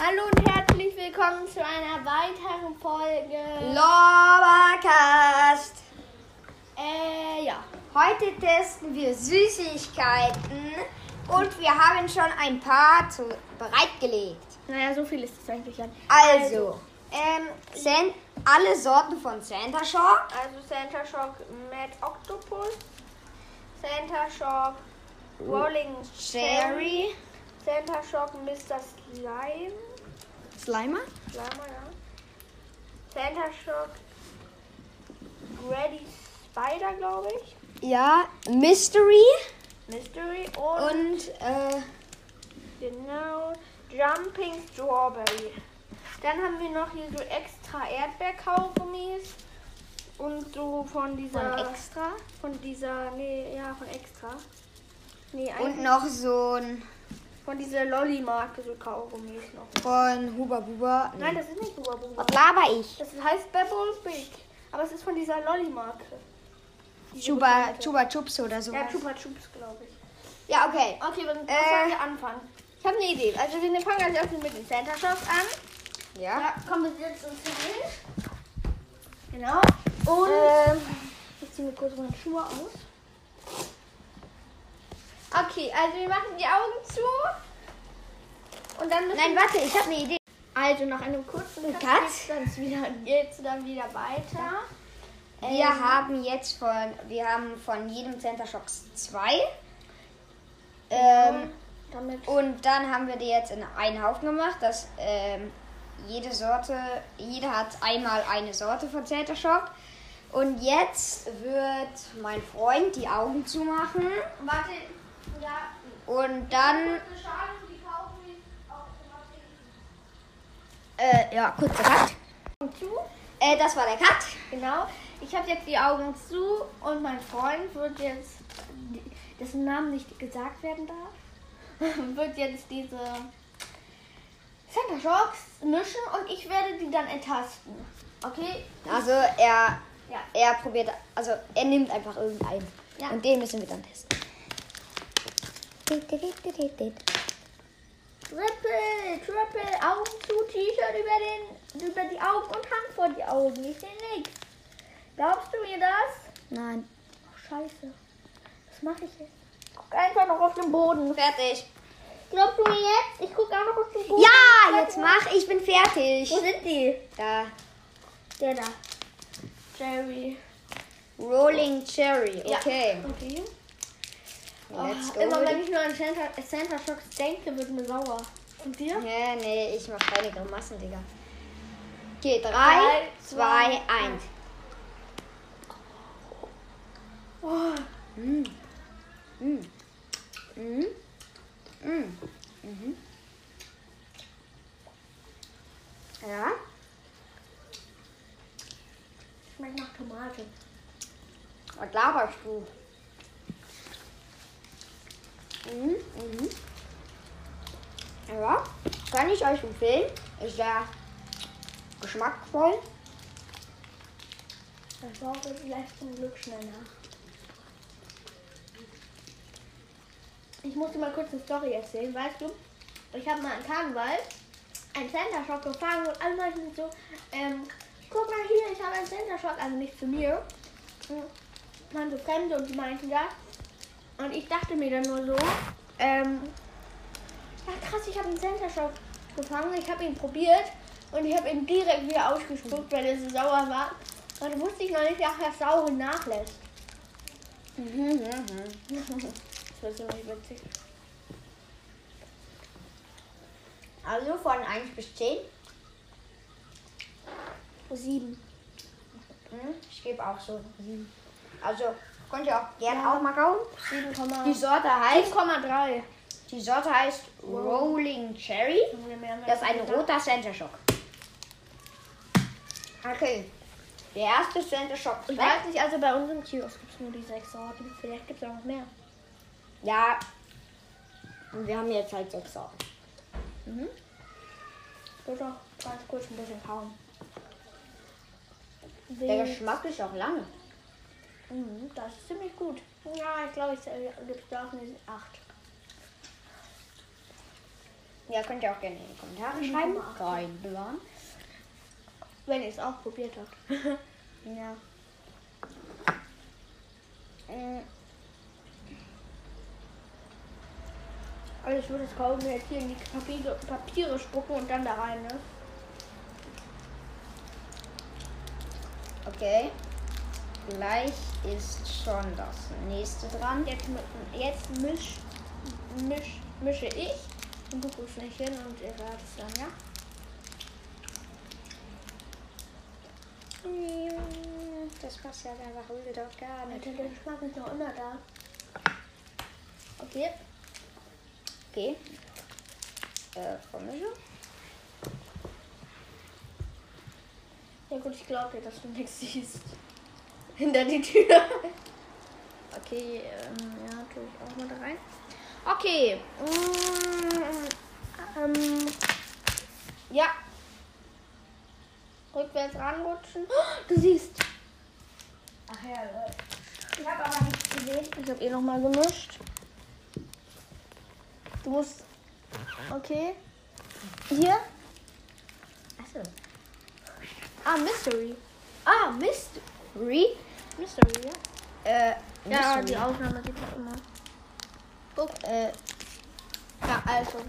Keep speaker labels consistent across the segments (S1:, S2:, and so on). S1: Hallo und herzlich willkommen zu einer weiteren Folge.
S2: Lorbercast.
S1: Äh, ja.
S2: Heute testen wir Süßigkeiten und wir haben schon ein paar zu bereitgelegt.
S1: Naja, so viel ist es eigentlich an.
S2: Also, ähm, San alle Sorten von Santa Shock.
S1: Also Santa Shock Mad Octopus, Santa Shock Rolling
S2: Cherry.
S1: Santa Shock Mr. Slime.
S2: Slimer?
S1: Slime, ja. Santa Shock Grady Spider, glaube ich.
S2: Ja, Mystery
S1: Mystery und,
S2: und äh,
S1: genau Jumping Strawberry. Dann haben wir noch hier so extra Erdbeerkaugummis und so von
S2: Von
S1: dieser
S2: extra?
S1: von dieser nee, ja, von extra. Nee,
S2: und
S1: eigentlich
S2: noch so ein
S1: von dieser Lolli Marke so Kaugummis noch.
S2: von Huba Buba.
S1: Nein, das ist nicht Huba Buba.
S2: Was laber ich?
S1: Das heißt Bubble Big, aber es ist von dieser Lolli Marke. Diese
S2: Chuba,
S1: bekannte.
S2: Chuba Chups oder so.
S1: Ja, Chupa Chups, glaube ich.
S2: Ja, okay. ne
S1: Okay, was was
S2: Äh.
S1: sollen wir anfangen? Ich habe eine Idee. Also wir fangen als erstes mit den Santa Shops an.
S2: Ja.
S1: Ja, komm, wir setzen uns hin. Genau. Und ich ziehe mir kurz meine Schuhe aus. Okay, also wir machen die Augen zu. Und dann müssen
S2: Nein, warte, ich habe eine Idee.
S1: also nach einem kurzen
S2: Cut.
S1: geht's dann wieder, geht's dann wieder weiter.
S2: Wir haben jetzt von, wir haben von jedem Center Shocks zwei. Ähm,
S1: Damit
S2: und dann haben wir die jetzt in einen Haufen gemacht, dass ähm, jede Sorte, jeder hat einmal eine Sorte von Center Shock. Und jetzt wird mein Freund die Augen zumachen
S1: warte, ja,
S2: und dann,
S1: eine Schale, die kaufen wir auch
S2: äh, ja, kurzer Cut.
S1: Und zu.
S2: Äh, das war der Cut.
S1: Genau. Ich habe jetzt die Augen zu und mein Freund wird jetzt, dessen Namen nicht gesagt werden darf, wird jetzt diese Center Shocks mischen und ich werde die dann enttasten. Okay?
S2: Also er,
S1: Ja.
S2: er probiert, also er nimmt einfach irgendeinen.
S1: Ja.
S2: Und den müssen wir dann testen.
S1: Triple, Triple, Augen zu, T-Shirt über, den, über die Augen und Hand vor die Augen. Ich sehe nichts. Glaubst du mir das?
S2: Nein.
S1: Ach, scheiße. Was mache ich jetzt? Guck einfach noch auf den Boden.
S2: Fertig.
S1: Glaubst du mir jetzt? Ich gucke auch noch auf den Boden.
S2: Ja, jetzt mach, ich bin fertig.
S1: Wo sind die?
S2: Da.
S1: Der da. Jerry.
S2: Rolling Cherry, okay.
S1: Okay.
S2: Let's
S1: Oh,
S2: go.
S1: immer wenn ich nur an Santa, Santa Shocks denke, wird mir sauer. Und dir?
S2: ja, nee, ich mach keine Grimassen, Digga. Okay, 3, 2, 1.
S1: Oh,
S2: Mm. Mhm. Mhm. Mhm. Mhm. Ja.
S1: schmeckt nach Tomate.
S2: Was laberst du? Mhm, mhm. Ja, kann ich euch empfehlen. Ist sehr geschmackvoll.
S1: Dann brauche ich vielleicht zum Glück schneller. Ich muss dir mal kurz eine Story erzählen, weißt du? Ich habe mal einen Karneval einen Center Shock gefangen und alle Leute sind so, ähm, guck mal hier, ich habe einen Center Shock, also nicht zu mir. Und waren so Fremde und die meinten das. Und ich dachte mir dann nur so, ähm, ja krass, ich habe einen Center Shock gefangen, ich habe ihn probiert und ich habe ihn direkt wieder ausgespuckt, weil er so sauer war. Und dann wusste ich noch nicht, dass das saure nachlässt.
S2: Mhm, mhm.
S1: Das war ziemlich witzig.
S2: Also von 1 bis 10.
S1: Sieben.
S2: Mhm, Ich gebe auch so 7. Also könnt ihr auch gerne auch mal kaufen.
S1: 7,3.
S2: Die Sorte heißt,
S1: 7,3.
S2: die Sorte heißt Rolling Cherry. Das ist ein roter Center Shock. Okay. Der erste Center Shock ist
S1: Ich
S2: weg.
S1: weiß nicht, also bei unserem Kiosk gibt es nur die sechs Sorten. Vielleicht gibt es auch noch mehr.
S2: Ja. Und wir haben jetzt halt sechs Sorten.
S1: Ich will doch ganz kurz ein bisschen kauen.
S2: Der
S1: Wegen-
S2: Geschmack ist auch lange.
S1: Mhm, das ist ziemlich gut. äh, Ja, ich glaube, ich gebe es da auch eine 8.
S2: Ja, könnt ihr auch gerne in die Kommentare
S1: Mhm,
S2: schreiben.
S1: mal achten.
S2: Kein Plan.
S1: Wenn ihr es auch probiert habt.
S2: Ja. Mm,
S1: Also ich würde es kaufen, wenn jetzt hier in die Papiere, Papiere spucken und dann da rein, ne?
S2: Okay. Gleich ist schon das nächste dran.
S1: Jetzt, mi- jetzt misch, misch, mische ich und du guckst nicht hin und ihr sagt es dann, ja?
S2: Mhm. Das passt ja einfach doch gar
S1: Alter, der Geschmack ist noch immer da. Okay.
S2: Okay. Äh, Vermische.
S1: Ja gut, ich glaube dir, dass du nichts siehst. Hinter die Tür. Okay, ähm, ja, tue ich auch mal da rein.
S2: Okay.
S1: Mm, ähm,
S2: Ja.
S1: rückwärts ranrutschen. Oh, Du siehst.
S2: Ach ja, äh, ich habe aber nichts gesehen.
S1: Ich habe eh nochmal gemischt. Du musst. Okay. Hier.
S2: Achso.
S1: Ah, Mystery. Ah, Myst
S2: Re?
S1: Mystery, ja.
S2: Äh,
S1: Ja,
S2: Mystery.
S1: die Aufnahme geht noch immer. Guck.
S2: Äh,
S1: Ja, also.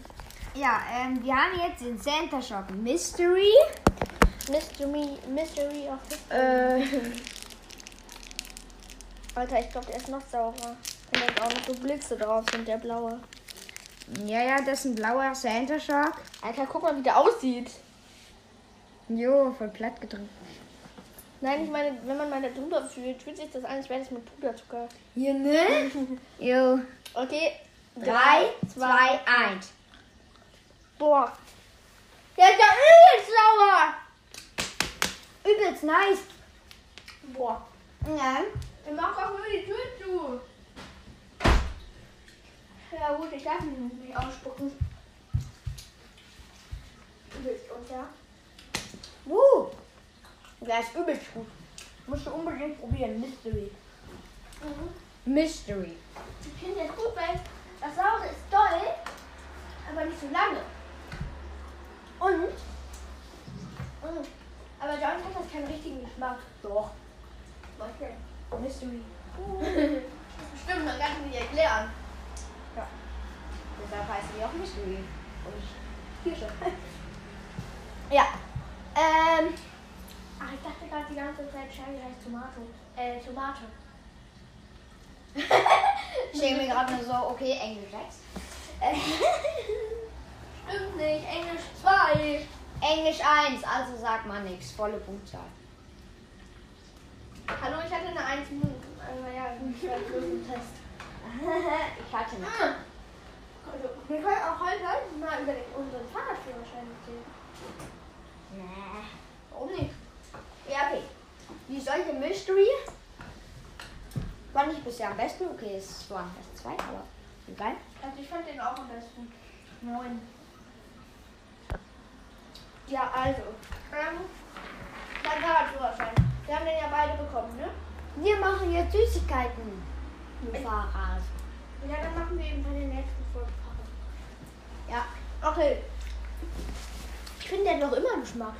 S2: ja, ähm, wir haben jetzt den Center Shop Mystery.
S1: Mystery, Mystery of
S2: Äh.
S1: Alter, ich glaube, der ist noch saurer. Und da ist auch noch so Blitze drauf sind, der blaue.
S2: Ja, ja, das ist ein blauer Center Shock.
S1: Alter, guck mal, wie der aussieht.
S2: Jo, voll platt gedrückt.
S1: Nein, ich meine, wenn man mal da drüber fühlt, fühlt sich das an, als wäre das mit Puderzucker.
S2: Hier, ne? jo.
S1: Okay.
S2: 3, 2, 1.
S1: Boah. Der ist ja übelst sauer.
S2: Übelst nice.
S1: Boah.
S2: Ja.
S1: Er macht auch nur die Tür zu. Ja gut, ich darf ihn nicht ausspucken. Übelst unter.
S2: Uh. Der ist übelst gut. Musst du unbedingt probieren. Mystery.
S1: Mhm.
S2: Mystery.
S1: Ich finde es gut, weil das Saure ist doll, aber nicht so lange. Und, und aber John hat das keinen richtigen Geschmack.
S2: Doch.
S1: Okay.
S2: Mystery.
S1: Stimmt, man kann es nicht erklären.
S2: Deshalb heißt die auch Mystery. Und
S1: Kirsche.
S2: ja. Ähm.
S1: Ach, ich dachte gerade die ganze Zeit, Cherry heißt Tomato. Äh, Tomate.
S2: Ich denke mir gerade nur so, okay, Englisch 6. Äh,
S1: Stimmt nicht, Englisch 2.
S2: Englisch 1, also sagt man nichts. Volle Punktzahl.
S1: Hallo, ich hatte eine 1. Äh, naja, ich war Test.
S2: ich hatte eine.
S1: Also, wir können auch heute mal über den, unseren Fahrradführerschein reden.
S2: Warum nicht? Ja, okay. Die solche Mystery fand ich bisher am besten. Okay, es waren erst zwei, aber egal.
S1: Also ich fand den auch am besten. Neun. Ja, also. Ähm, mein Fahrradführerschein. Wir haben den ja beide bekommen, ne?
S2: Wir machen jetzt Süßigkeiten. Im Fahrrad.
S1: Ja, dann machen wir eben bei der nächsten Folge.
S2: Ja.
S1: Okay. Ich finde, der hat noch immer Geschmack.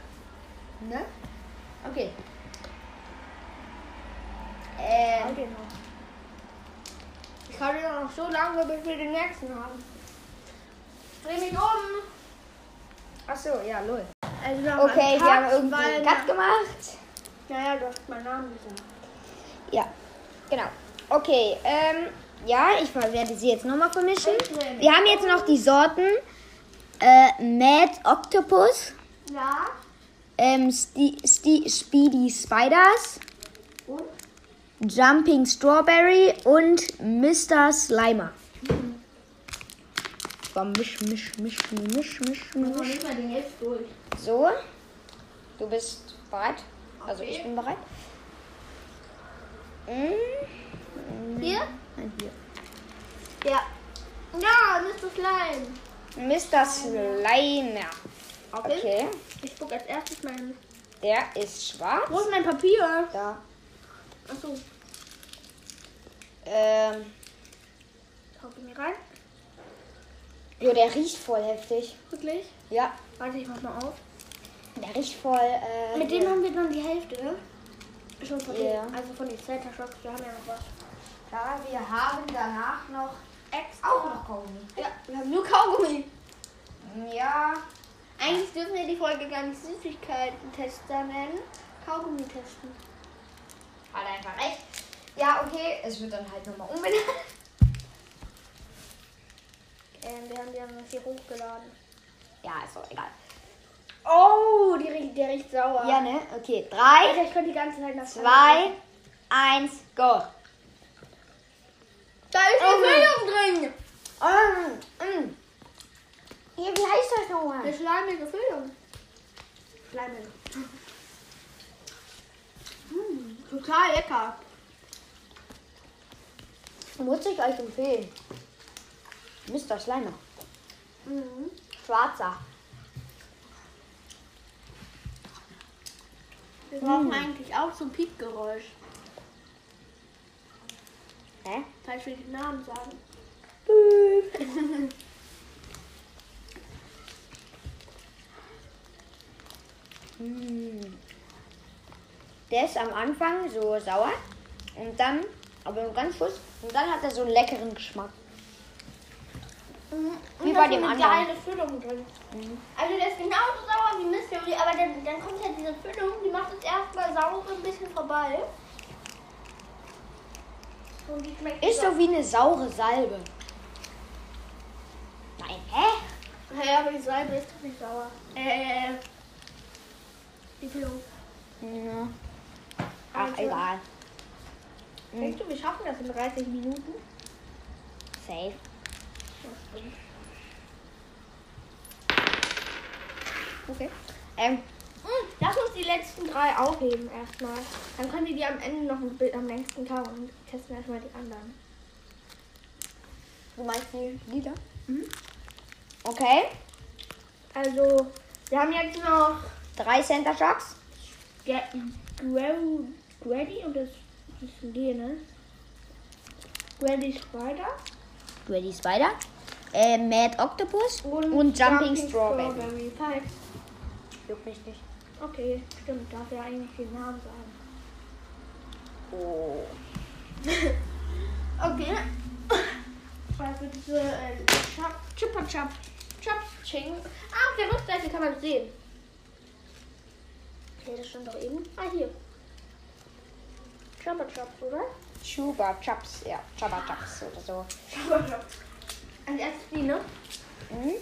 S2: Ne? Okay. Ähm,
S1: den noch. genau. Ich kann den auch noch so lange, bis wir den nächsten haben. Dreh mich um.
S2: achso, ja, lol.
S1: Also wir haben
S2: Okay,
S1: einen
S2: wir haben
S1: Cut,
S2: irgendwie
S1: weil-
S2: einen Cut gemacht.
S1: Naja, du hast meinen Namen gesagt.
S2: Ja, genau. Okay, ähm, ja, ich werde sie jetzt nochmal vermischen.
S1: Okay.
S2: Wir haben jetzt noch die Sorten äh, Mad Octopus,
S1: Ja.
S2: ähm, Sti Sti Speedy Spiders,
S1: Und?
S2: Jumping Strawberry und Mr. Slimer. Komm, misch, misch, misch, misch, misch,
S1: Also
S2: misch.
S1: nicht mal den jetzt durch.
S2: So, du bist bereit? Also
S1: Okay.
S2: ich bin bereit. Mm,
S1: Hier?
S2: nein, hier.
S1: Ja. Ja, Mr. Slime.
S2: Mr. Slimer. Okay.
S1: Ich spuck als erstes mein.
S2: Der ist schwarz.
S1: Wo ist mein Papier?
S2: Da.
S1: Achso,
S2: Ähm,
S1: ich hau ihn hier rein.
S2: Jo, der riecht voll heftig.
S1: Wirklich?
S2: Ja.
S1: Warte, ich mach mal auf.
S2: Der riecht voll. Äh,
S1: Mit dem haben wir dann die Hälfte, ne? Schon von
S2: Ja.
S1: den, also von den Center Shocks, wir haben ja noch was.
S2: Ja, wir haben danach noch
S1: Extra.
S2: auch noch Kaugummi.
S1: Ja, wir haben nur Kaugummi.
S2: Ja.
S1: Eigentlich dürfen wir die Folge ganz Süßigkeiten-Tester nennen. Kaugummi testen.
S2: Hat einfach recht. Ja, okay, es wird dann halt nochmal umbenannt.
S1: Ähm, wir haben die haben das hier hochgeladen.
S2: Ja, ist doch egal.
S1: Oh, die riecht, der riecht sauer.
S2: Ja, ne? Okay, drei,
S1: Alter, ich könnte die ganze Zeit nach
S2: zwei, eins, go.
S1: Da ist
S2: Oh.
S1: eine Füllung drin.
S2: Mm, mm. Hier, wie heißt das
S1: Oh. Eine
S2: nochmal?
S1: schleimige Füllung. Schleimige. Mm, total lecker.
S2: Muss ich euch empfehlen. Mr. Schleimer.
S1: Mhm.
S2: Schwarzer.
S1: Wir brauchen eigentlich auch so ein Piepgeräusch.
S2: Hä?
S1: Falls wir den Namen sagen.
S2: Mm. Der ist am Anfang so sauer und dann, aber nur ganz kurz, und dann hat er so einen leckeren Geschmack. Wie
S1: Und
S2: bei
S1: da ist
S2: dem
S1: eine
S2: anderen.
S1: kleine Füllung drin. Also der ist genauso sauer wie Mystery, aber dann, dann kommt ja diese Füllung, die macht es erstmal sauer ein bisschen vorbei. Und die schmeckt
S2: Ist
S1: so.
S2: so wie eine saure Salbe. Nein, hä?
S1: Naja, aber die Salbe ist doch nicht sauer. Äh, die Füllung.
S2: Ja. Ach,
S1: Also-
S2: egal.
S1: Denkst du, wir schaffen das in 30 Minuten?
S2: Safe.
S1: Okay.
S2: Ähm,
S1: Mm, Lass uns die letzten drei aufheben erstmal. Dann können wir die am Ende noch ein Bild am längsten kauen und testen erstmal die anderen.
S2: du meinst die Lieder? Mhm. Okay.
S1: Also, wir haben jetzt noch
S2: Drei Center Shocks.
S1: Get Grady und das das ist ein G, ne? Grady Spider
S2: Ready Spider. Äh, Mad Octopus. Und, Jumping, Strawberry.
S1: Falsch.
S2: Juckt mich nicht.
S1: Okay, stimmt, darf ja eigentlich den Namen sagen.
S2: Oh.
S1: Okay. Was für diese äh, Chup- Chupa Chup. Chup Ching. Ah, auf der Rückseite kann man es sehen. Nee, das stand doch eben. Ah, hier. Chupa Chup, oder?
S2: Chuba Chups. Ja, Chuba Chups oder so.
S1: Chupa Chup. Als erstes die, ne?
S2: Mhm.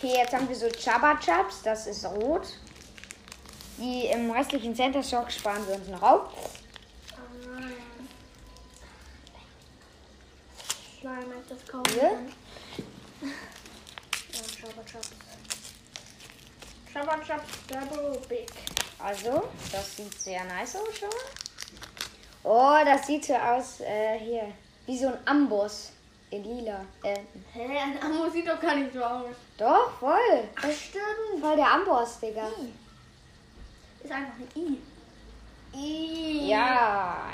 S2: Okay, jetzt haben wir so Chubba Chubs, das ist rot. Die im restlichen Center Shock sparen wir uns noch auf.
S1: Schleim ist das kaum.
S2: Ja?
S1: Ja? Shabba Chops. Shabba Chops Double Big.
S2: Also, das sieht sehr nice aus schon. mal. Oh, das sieht so aus, äh, hier, wie so ein Amboss in lila. Äh,
S1: Hä, hey, ein Amo sieht doch gar nicht so aus.
S2: doch, voll.
S1: Ach, stimmt.
S2: Voll der Amboss, Digga.
S1: Ist einfach ein I. I.
S2: Ja.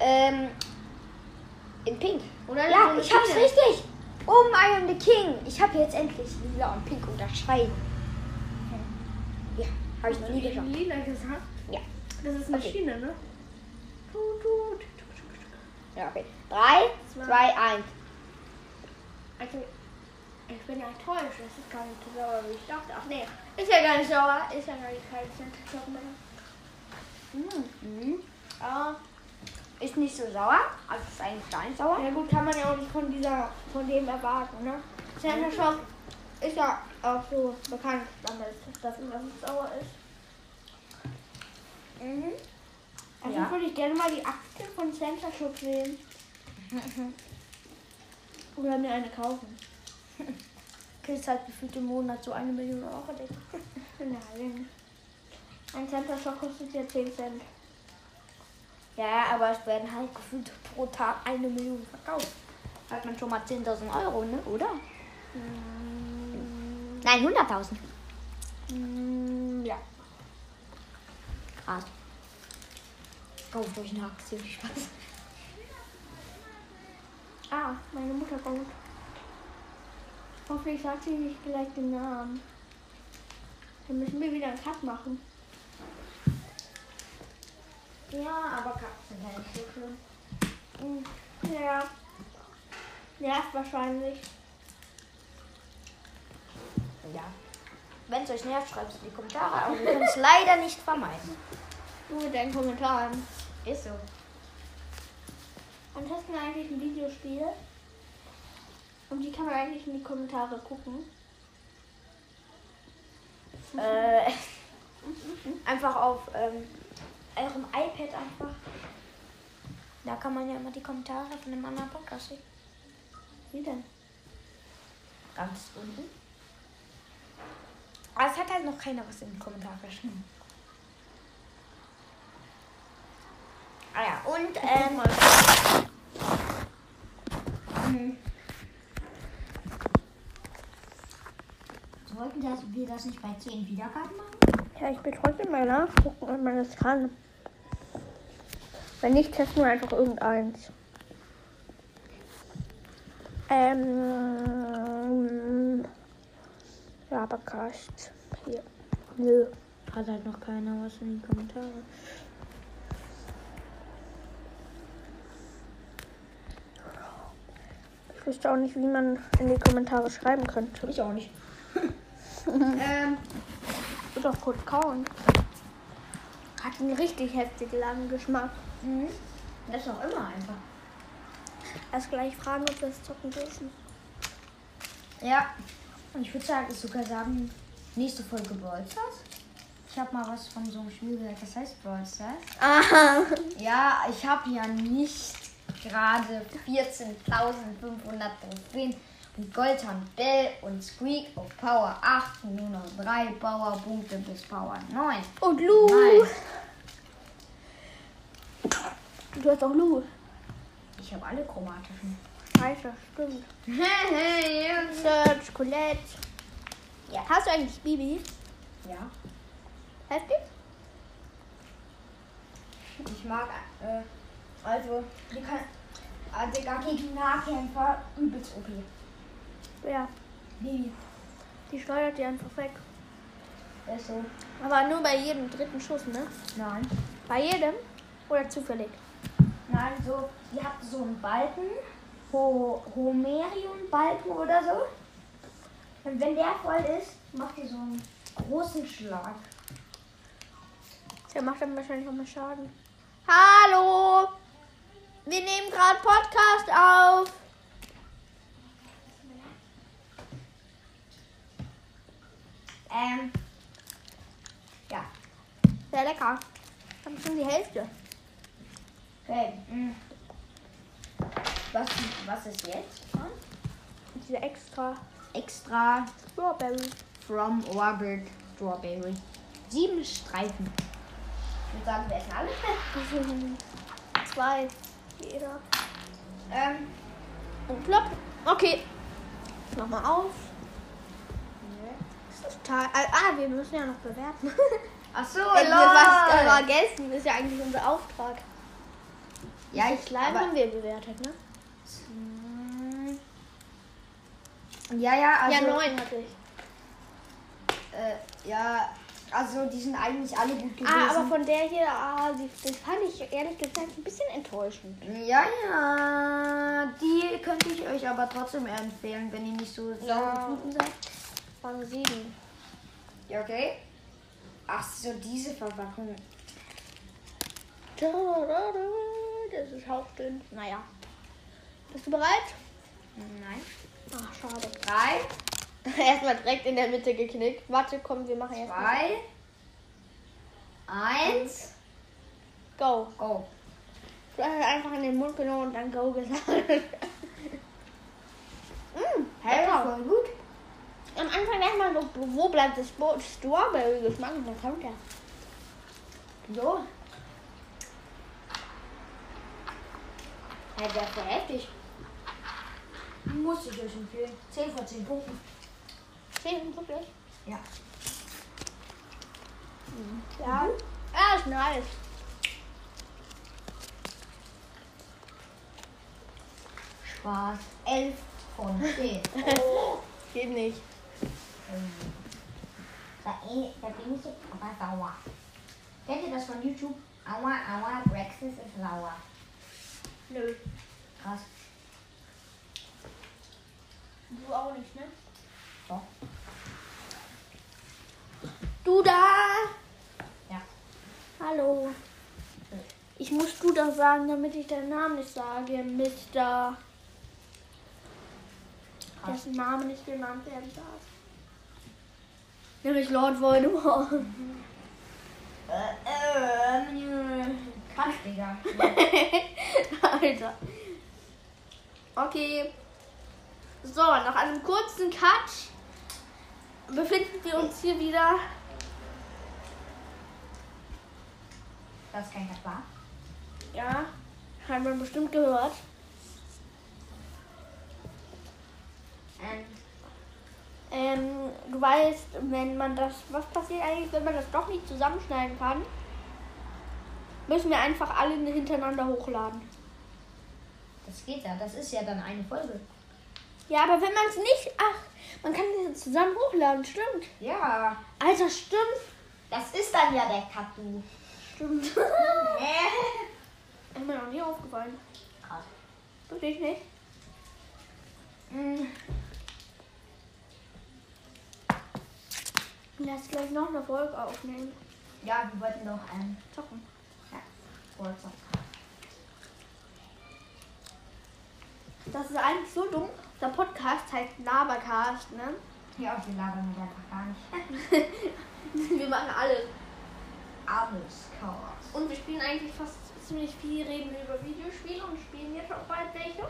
S2: Ähm, in pink.
S1: Oder so
S2: Ja,
S1: eine
S2: ich hab's
S1: Schiene.
S2: richtig. Oh, I am the king. Ich hab jetzt endlich lila und pink unterscheiden. Ja, hab ich noch nie geschafft.
S1: Lila gesagt.
S2: Ja.
S1: Das ist eine
S2: Okay.
S1: Schiene, ne? Tut, tut, tut, tut, tut.
S2: Ja, okay. Drei,
S1: Zwei.
S2: zwei, eins.
S1: Also, ich bin ja enttäuscht. Das ist gar nicht so sauer, wie ich dachte. Ach nee, ist ja gar nicht sauer. Ist ja gar nicht kein Zentralstock mehr.
S2: Mhm.
S1: Ah.
S2: Ist nicht so sauer. Also ist eigentlich gar nicht sauer.
S1: Ja gut, kann man ja auch nicht von dieser, von dem erwarten, ne? Center Shock ist ja auch so bekannt damit, dass immer so sauer ist.
S2: Mhm.
S1: Also
S2: Ja.
S1: würde ich gerne mal die Akte von Center Shock sehen. Oder mir eine kaufen. Chris hat gefühlt im Monat so eine Million Euro, Digga. Nein. Ein Center Shock kostet ja 10 Cent.
S2: Ja, aber es werden halt gefühlt pro Tag eine Million verkauft. Hat man schon mal 10.000 Euro, ne? Oder?
S3: Mhm.
S1: Mhm.
S2: Nein, 100.000.
S1: Mm, ja.
S2: Krass. Oh, Kauft euch eine Aktie, viel Spaß.
S1: Ah, meine Mutter baut. Hoffentlich sagt sie nicht gleich den Namen. Dann müssen wir wieder einen Cut machen. Ja, aber Katzen
S3: halt
S1: sind nicht so schön. Hm, Ja. Nervt wahrscheinlich.
S3: Ja. Wenn es euch nervt, schreibt es in die Kommentare. Aber wir können es leider nicht vermeiden.
S1: Du mit deinen Kommentaren.
S3: Ist so.
S1: Und testen wir eigentlich ein Videospiel. Und die kann man eigentlich in die Kommentare gucken.
S3: Äh, einfach auf ähm, eurem iPad einfach. Da kann man ja immer die Kommentare von dem anderen Podcast sehen.
S1: Wie denn?
S3: Ganz unten. Aber es hat halt noch keiner was in die Kommentare geschrieben. Ah ja, und ähm, Mhm.
S2: Sollten das, wir das nicht bei 10 Wiedergaben machen?
S1: Ja, ich will trotzdem mal nachgucken, ob man das kann. Wenn nicht, testen wir einfach irgendeins. Ähm. Labercast. Hier. Nö.
S3: hat halt noch keiner was in die Kommentare.
S1: Ich wüsste auch nicht, wie man in die Kommentare schreiben könnte.
S3: Ich auch nicht.
S4: Ähm,
S1: Ich doch kurz kauen. Hat einen richtig heftig langen Geschmack.
S2: Das ist auch immer einfach.
S1: Erst gleich fragen, ob wir es zocken dürfen.
S2: Ja. Und ich würde sagen, sogar sagen, nächste Folge Brawl Stars. Ich habe mal was von so einem Spiel gehört, das heißt Brawl Stars.
S1: Aha.
S2: Ja, ich habe ja nicht gerade 14.500 Trophäen und Gold und Bell und Squeak auf Power 8, nur noch 3 Powerpunkte bis Power 9.
S1: Und Lu.
S2: Nice.
S1: Du hast auch Lu.
S2: Ich habe alle chromatischen.
S1: Scheiße, stimmt. Search, Colette.
S2: Ja.
S1: Hast du eigentlich Bibi?
S2: ja.
S1: Heftig?
S2: Ich mag, äh, also, die kann, äh, Digga, gegen Nahkämpfer übelst OP.
S1: Ja.
S2: Bibi,
S1: Die schleudert die einfach weg.
S2: ist Äh, so.
S1: Aber nur bei jedem dritten Schuss, ne?
S2: Nein.
S1: Bei jedem? Oder zufällig?
S2: Nein, so, die hat so einen Balken, Ho Homerium-Balken oder so. Und wenn der voll ist, macht die so einen großen Schlag.
S1: Der macht dann wahrscheinlich auch mal Schaden. Hallo! Wir nehmen gerade Podcast auf.
S2: Ähm,
S1: Sehr lecker. Haben schon die Hälfte.
S2: okay. mm. Was, was ist jetzt?
S1: Diese extra
S2: Extra
S1: Strawberry.
S2: from Orbit Strawberry. Sieben Streifen. Ich würde sagen, wir essen alle.
S1: Zwei. Jeder.
S2: ähm,
S1: Und plopp. Okay. Nochmal auf. Das ist total. Ah, ah, wir müssen ja noch bewerten. Oh,
S2: ach so,
S1: Wenn wir was äh,
S2: lol.
S1: vergessen, ist ja eigentlich unser Auftrag.
S2: Ja, ich
S1: Slime
S2: aber-
S1: haben wir bewertet, ne?
S2: Hm. Ja, ja, also.
S1: ja, neun hatte ich.
S2: Äh, ja, also die sind eigentlich alle gut gewesen.
S1: Ah, aber von der hier, ah, die, die fand ich ehrlich gesagt ein bisschen enttäuschend.
S2: ja, ja, die könnte ich euch aber trotzdem empfehlen, wenn ihr nicht so
S1: Ja.
S2: Typen seid.
S1: Waren sieben.
S2: Ja, okay. Ach so, diese Verpackung.
S1: Das ist hauchdünn. Naja. Bist du bereit?
S2: Nein.
S1: Ach, schade.
S2: Drei,
S1: Erstmal direkt in der Mitte geknickt. Warte, komm, wir machen jetzt. mal-
S2: zwei, eins, Oh,
S1: Go.
S2: go.
S1: Du hast es einfach in den Mund genommen und dann Go gesagt. mm,
S2: Hey,
S1: lecker.
S2: voll gut.
S1: Am Anfang denkt man so, wo bleibt das Bo- Strawberry-Geschmack? Und dann kommt er.
S2: So. Hey, der ist voll heftig. Muss ich euch empfehlen. 10 von 10 Punkten.
S1: Zehn, wirklich?
S2: Ja.
S1: Mhm. Ja. Ja, ist nice.
S5: Spaß. 11 von 10.
S1: Geht nicht.
S5: Da, eh- da bin ich jetzt aber sauer. Kennt ihr das von YouTube? Aua, aua, Brexit ist sauer.
S1: Nö.
S5: Krass.
S1: Du auch nicht, ne?
S5: Doch.
S1: Du da!
S5: Ja.
S1: Hallo. Ich muss du da sagen, damit ich deinen Namen nicht sage, Mister. Dessen Name nicht genannt werden darf. Nämlich Lord Voldemort.
S5: Äh, ähm, krass, Digga.
S1: Alter. Okay. So, nach einem kurzen Cut befinden wir uns hier wieder.
S5: Das ist kein Kaspar.
S1: Ja, hat man bestimmt gehört.
S5: Ähm,
S1: Ähm, du weißt, wenn man das, was passiert eigentlich, wenn man das doch nicht zusammenschneiden kann, müssen wir einfach alle hintereinander hochladen.
S5: das geht ja. uh, Das ist ja dann eine Folge.
S1: Ja, aber wenn man es nicht, ach, man kann es zusammen hochladen, stimmt.
S5: Ja.
S1: Alter, stimmt,
S5: Das ist dann ja der Katu.
S1: stimmt.
S5: Äh.
S1: ist mir noch nie aufgefallen.
S5: Krass.
S1: Wirklich nicht.
S5: Mm,
S1: Lass gleich noch eine Folge aufnehmen.
S5: Ja, wir wollten doch einen
S1: Zocken.
S5: Geburtstag.
S1: Das ist eigentlich so dumm. Der Podcast heißt Labercast, ne?
S5: Ja, wir labern halt einfach gar nicht.
S1: Wir machen alles.
S5: Alles Chaos.
S1: Und wir spielen eigentlich fast ziemlich viel, reden über Videospiele und spielen jetzt auch bald welche.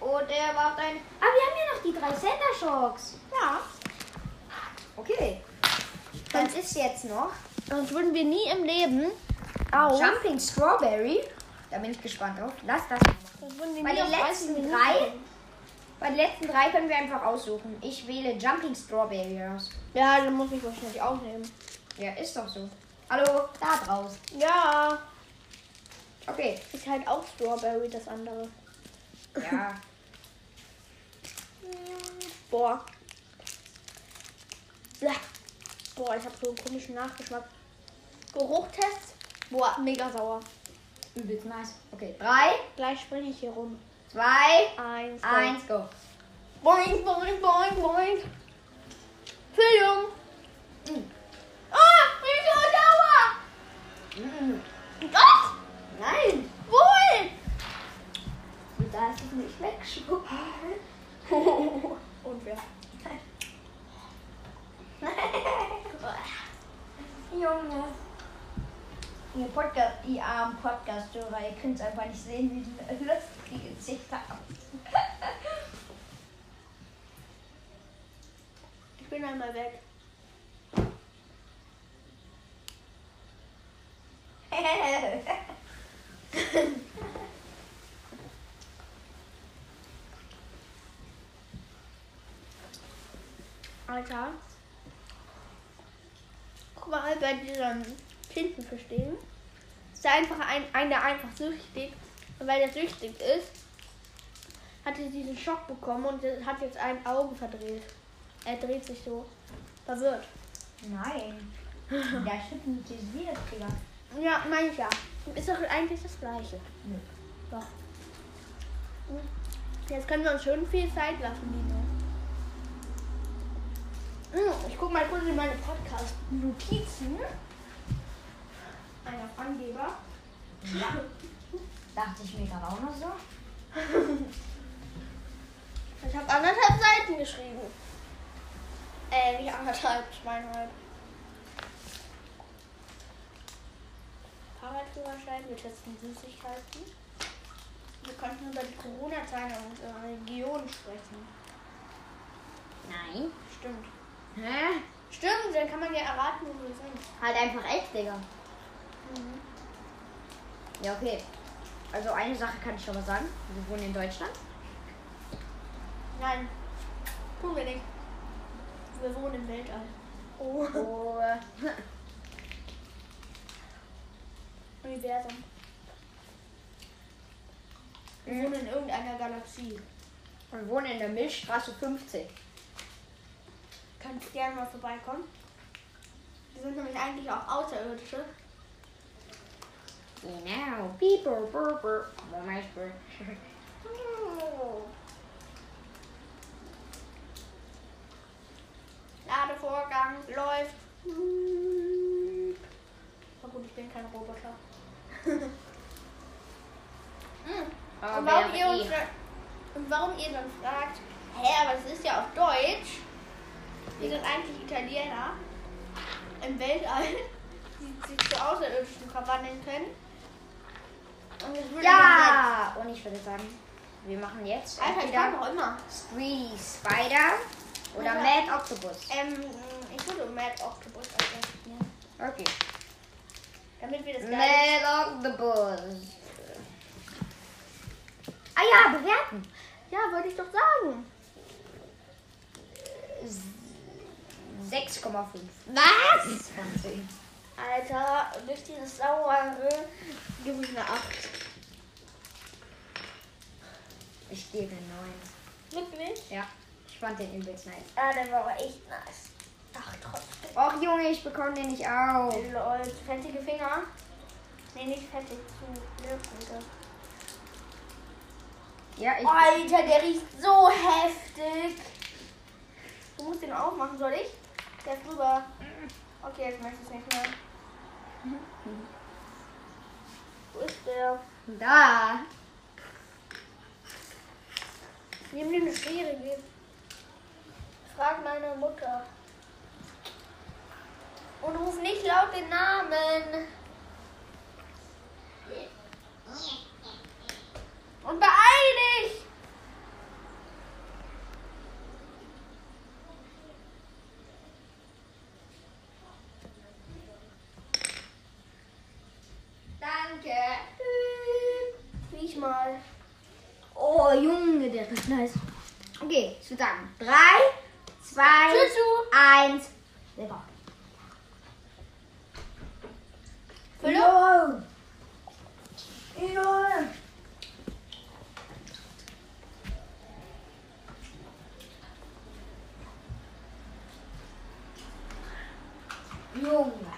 S2: Und er macht ein.
S1: Ah, wir haben ja noch die drei Sendershocks. Ja.
S2: Okay. Das ist jetzt noch
S1: Sonst würden wir nie im Leben auf.
S2: Jumping Strawberry. Da bin ich gespannt drauf. Lass das.
S1: Sonst würden wir
S2: Bei
S1: nie
S2: den
S1: auf 30
S2: letzten
S1: Minuten
S2: drei?
S1: kommen.
S2: Bei den letzten drei können wir einfach aussuchen. Ich wähle Jumping Strawberry aus.
S1: Ja, dann muss ich wahrscheinlich auch nehmen.
S2: Ja, ist doch so. Hallo, da draus.
S1: Ja.
S2: Okay.
S1: Ist halt auch Strawberry, das andere.
S2: Ja.
S1: Boah. Blah. Boah, ich habe so einen komischen Nachgeschmack. Geruchtest. Boah, mega sauer.
S2: Übelst nice. Okay. Drei,
S1: Gleich springe ich hier rum.
S2: zwei,
S1: Eins,
S2: eins, go.
S1: Boing, boing, boing, boing. Füllung.
S2: Mm.
S1: Ah, bin ich so sauer.
S2: Mm.
S1: Was?
S2: Nein.
S1: Wohl.
S2: Du darfst es nicht wegschubsen.
S1: Und wer?
S5: Junge. Ihr Podcast, ihr armen Podcast-Hörer, ihr könnt es einfach nicht sehen, wie die lustige Gesichter aussehen.
S1: Ich bin einmal weg. Alter. Guck mal, bei diesem Tintenfischding ist da einfach ein, ein, der einfach süchtig, und weil der süchtig ist, hat er diesen Schock bekommen und hat jetzt ein Auge verdreht. Er dreht sich so. Verwirrt.
S5: Nein. Da schütten die sie wieder, Digga.
S1: Ja, meine ich ja. Ist doch eigentlich das Gleiche.
S5: Nö.
S1: Doch. Hm. Jetzt können wir uns schön viel Zeit lassen, Nino. Mm, Ich guck mal kurz in meine Podcast-Notizen. Einer Angeber.
S5: Dachte ich mir gerade auch noch so.
S1: Ich habe anderthalb Seiten geschrieben. Äh, nicht anderthalb, zweieinhalb. Fahrradführerschein, wir testen Süßigkeiten. Wir konnten über die Corona-Zahlen in unserer Region sprechen.
S2: Nein.
S1: Stimmt.
S2: Hä?
S1: Stimmt, dann kann man ja erraten, wo wir sind.
S2: Halt einfach elf, Digga.
S1: Mhm.
S2: Ja, okay. Also eine Sache kann ich schon mal sagen. Wir wohnen in Deutschland.
S1: Nein, tun wir nicht. Wir wohnen im Weltall. Oh.
S2: Oh.
S1: Universum. Wir wohnen in irgendeiner Galaxie.
S2: und wohne in der Milchstraße 15.
S1: Kannst gerne mal vorbeikommen. Wir sind nämlich eigentlich auch Außerirdische.
S2: Genau. Bieber, burber. Moment, burr.
S1: Ladevorgang läuft.
S2: Oh,
S1: Na gut, ich bin kein Roboter.
S2: Aber
S1: Hm. Und warum, ihr
S2: wäre
S1: uns
S2: eh-
S1: dann, und warum ihr dann fragt, hä, aber es ist ja auf Deutsch. Wir sind eigentlich Italiener im Weltall, die sich zu Außerirdischen verwandeln können. Und das würde man
S2: Ja, und ich würde sagen, wir machen jetzt
S1: jetzt- Alter, ich kann
S2: entweder
S1: doch immer.
S2: Squeaky Spider oder
S1: Ja.
S2: Mad Octopus.
S1: Ähm, ich würde Mad Octopus ausprobieren.
S2: Okay.
S1: Damit wir das gleich.
S2: Mad Octopus. Ah ja, bewerten.
S1: Ja, wollte ich doch sagen.
S2: 6,5. Was?
S1: Alter, durch dieses Sauere gebe ich eine 8.
S2: Ich gebe 9.
S1: Wirklich?
S2: Ja. Ich fand den übelst nice.
S1: Ah, der war aber echt nice. Ach, trotzdem.
S2: Och Junge, ich bekomme den nicht auf.
S1: Lol, fettige Finger. Nee, nicht fettig, zu löffige.
S2: Ja, ich.
S1: Alter, der riecht so heftig. Du musst den aufmachen, soll ich? Der ist drüber. Okay, jetzt möchte ich es nicht mehr. Wo ist der?
S2: Da.
S1: Nimm den schwierige. Frag meine Mutter. Und ruf nicht laut den Namen. Und beeil dich!
S2: Danke.
S1: Riech mal.
S2: Oh Junge, der ist nice. Okay, zusammen. 3, 2,
S1: Tschüss.
S2: 1. Lecker. Hallo. Junge.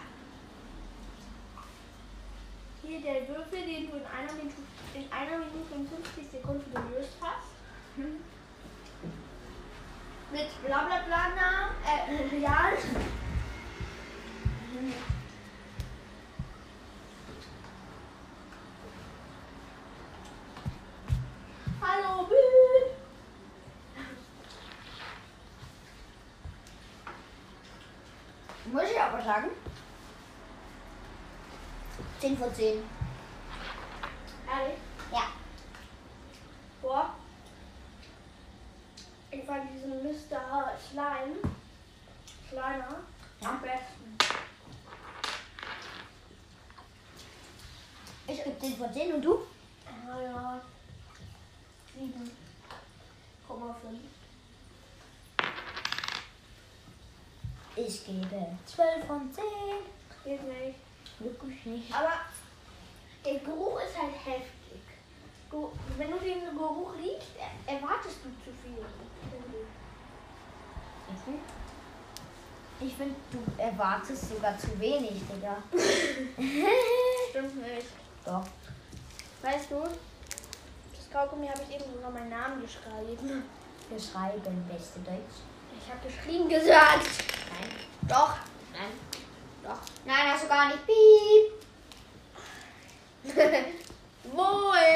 S1: Hier der Würfel, den du in einer Minute, in einer Minute und 50 Sekunden gelöst hast. Mit bla bla bla Namen, äh, real. Hallo, Bill.
S2: Muss ich aber sagen? 10 von 10.
S1: Ehrlich?
S2: Ja.
S1: Boah. Ich fand diesen Mr. Slime, kleiner, am besten.
S2: Ich gebe 10 von 10 und du?
S1: Ah ja. Sieben. Guck mal, fünf.
S2: Ich gebe.
S6: 12 von 10.
S1: Geht nicht.
S2: Wirklich nicht.
S1: Aber der Geruch ist halt heftig. Du, wenn du den Geruch riechst, er- erwartest du zu viel.
S2: Ich finde, du erwartest sogar zu wenig, Digga.
S1: Stimmt nicht.
S2: Doch.
S1: Weißt du, das Kaugummi habe ich eben sogar meinen Namen geschrieben.
S2: Wir schreiben beste Deutsch.
S1: Ich habe geschrieben gesagt.
S2: Nein.
S1: Doch.
S2: Nein.
S1: Doch.
S2: Nein, hast du gar nicht. Piep.
S1: Moe,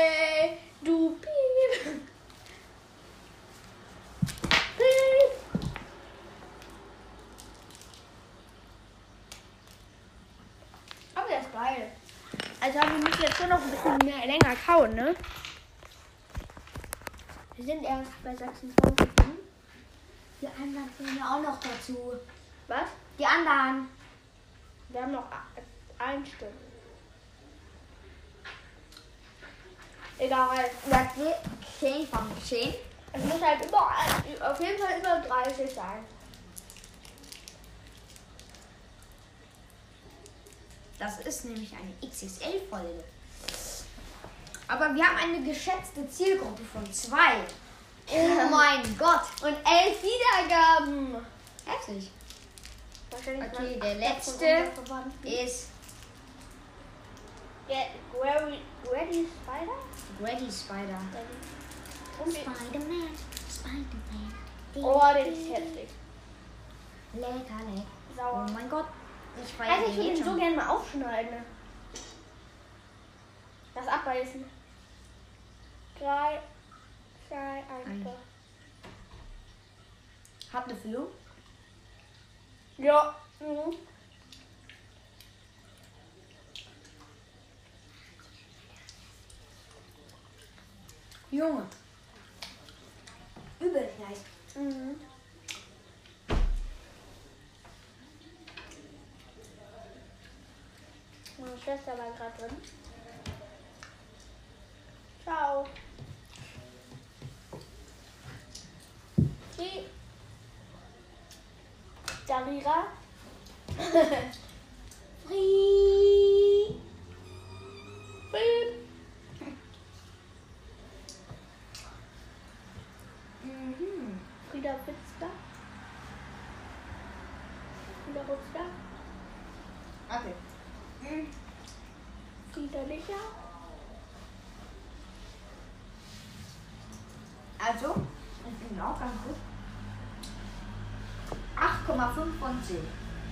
S1: du Piep. Piep. Aber der ist geil. Also wir müssen jetzt schon noch ein bisschen mehr, länger kauen, ne? Wir sind erst bei 56.
S5: Die anderen zählen ja auch noch dazu.
S1: Was?
S5: Die anderen.
S1: Wir haben noch a- ein Stück. Egal.
S5: Ja, 10 von 10.
S1: Es muss halt überall, auf jeden Fall über 30 sein.
S2: Das ist nämlich eine XXL-Folge.
S5: Aber wir haben eine geschätzte Zielgruppe von zwei. Oh mein Gott.
S1: Und elf Wiedergaben.
S5: Herzlich.
S1: Wahrscheinlich
S5: Okay,
S1: waren
S5: der
S1: acht
S5: letzte.
S1: davon unsere Verwandten.
S5: Ist
S1: Der Gary, Gary Spider?
S5: Ready Spider.
S1: Und die-
S6: Spider-Man, Spider-Man.
S1: Oh, den ist hässlich.
S5: Lecker, lecker.
S1: Sauer.
S5: Oh mein Gott. Ich feiere
S1: Also ich
S5: den
S1: würde
S5: jetzt
S1: ihn so
S5: schon.
S1: gerne mal aufschneiden. Das abbeißen. Drei, zwei, eins.
S5: Eins.
S1: zwei.
S5: Hat eine Füllung?
S1: Ja. Mhm.
S5: Junge. Übel nice.
S1: Mhm. Meine Schwester war gerade drin. Ciao. Die Darira. Free. Free. Frieda Witzka. Frieda Witzka.
S5: Okay.
S1: Frieda Licher.
S5: Also, ich bin auch ganz gut. 8,5 von 10.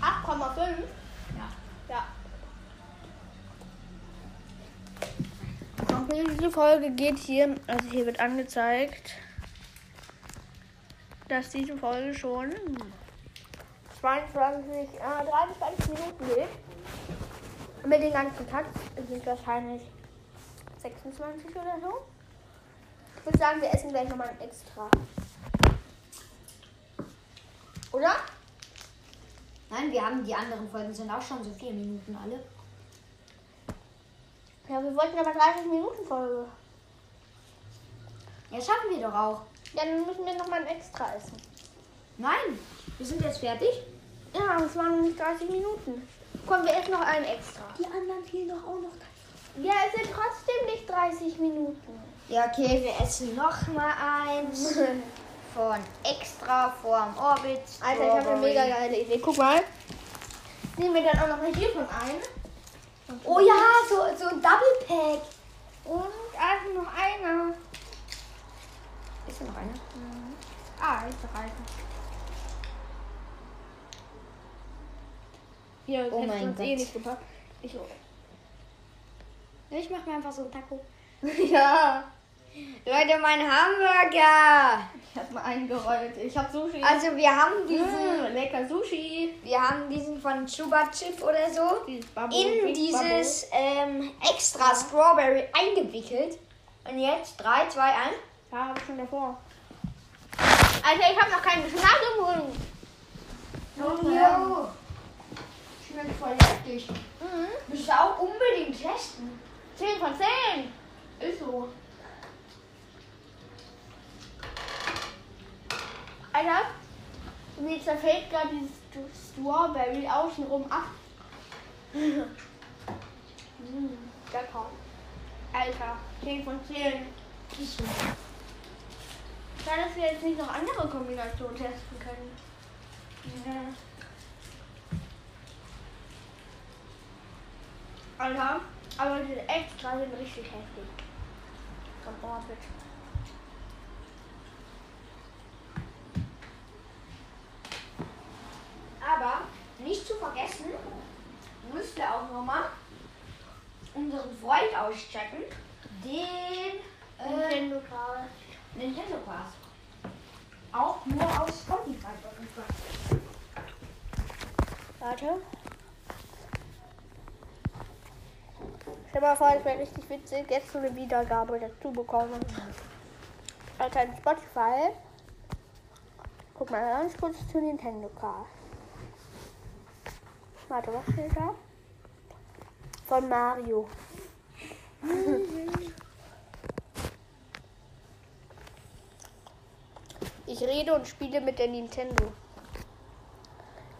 S1: 8,5.
S5: Ja.
S1: Ja.
S2: Okay.
S1: Diese Folge geht hier, also hier wird angezeigt, dass diese Folge schon 22, äh, 23 Minuten geht. Mit den ganzen Tag sind wahrscheinlich 26 oder so. Ich würde sagen, wir essen gleich nochmal ein extra. Oder?
S5: Nein, wir haben die anderen Folgen sind auch schon so vier Minuten alle.
S1: Ja, wir wollten aber 30 Minuten Folge.
S5: Ja, schaffen wir doch auch.
S1: Ja, dann müssen wir nochmal ein extra essen.
S5: Nein, wir sind jetzt fertig.
S1: Ja, es waren nicht 30 Minuten. Komm, wir essen noch einen extra.
S6: Die anderen fehlen doch auch noch.
S1: Ja, es sind trotzdem nicht 30 Minuten.
S2: Ja, okay, wir essen noch mal eins von extra vorm Orbit.
S1: Alter, ich habe eine mega geile Idee. Guck mal. Nehmen wir dann auch noch mal hiervon ein.
S2: Oh ja, so, so ein Double Pack.
S1: Und also noch einer.
S2: Ist da noch einer?
S1: Ah, ist noch einer. Ja,
S2: Oh
S1: oh
S2: mein
S1: mein eh
S2: Gott.
S1: nicht gepackt. Ich,
S2: Ich mache mir einfach so einen Taco.
S1: ja.
S2: Leute, mein Hamburger.
S1: Ich hab mal eingerollt. Ich hab Sushi.
S2: Also wir haben diesen,
S1: Mmh, lecker Sushi.
S2: wir haben diesen von Chuba Chip oder so
S1: Dieses Babo,
S2: in
S1: Big Babo.
S2: dieses ähm, extra Strawberry eingewickelt. Und jetzt 3, 2, 1.
S1: Ja, hab ich schon davor. Alter, ich hab noch keinen Geschmack im Mund.
S5: Jo. Schmeckt voll heftig.
S1: Mhm.
S5: Müsst ihr auch unbedingt testen.
S1: 10 von 10. Ist so. Alter, mir zerfällt gerade dieses Stu- Strawberry außenrum ab. mm, lecker. Alter, 10 von 10. Schade, dass wir jetzt nicht noch andere Kombinationen testen können. Alter, aber diese extra sind richtig heftig. Komm, oh, bitte.
S5: Aber nicht zu vergessen, müsst ihr auch nochmal unseren Freund auschecken. Den äh,
S1: Nintendo gerade.
S5: Nintendo Pass. Auch nur auf Spotify verfügbar.
S1: Warte. Stell mal vor, es wäre richtig witzig, jetzt so eine Wiedergabe dazu bekommen. Alter, in Spotify. Guck mal ganz kurz zu Nintendo Cast. Warte, was steht da? Von Mario. Ich rede und spiele mit der Nintendo.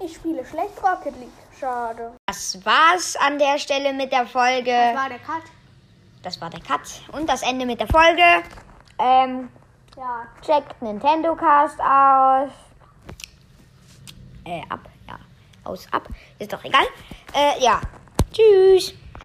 S1: Ich spiele schlecht Rocket League. Schade.
S2: Das war's an der Stelle mit der Folge.
S1: war der Cut.
S2: Äh, das war der Cut und das Ende mit der Folge. Ähm,
S1: Ja.
S2: checkt Nintendo Cast aus. Äh, ab, ja. Aus, ab. Ist doch egal. Äh, ja. Tschüss.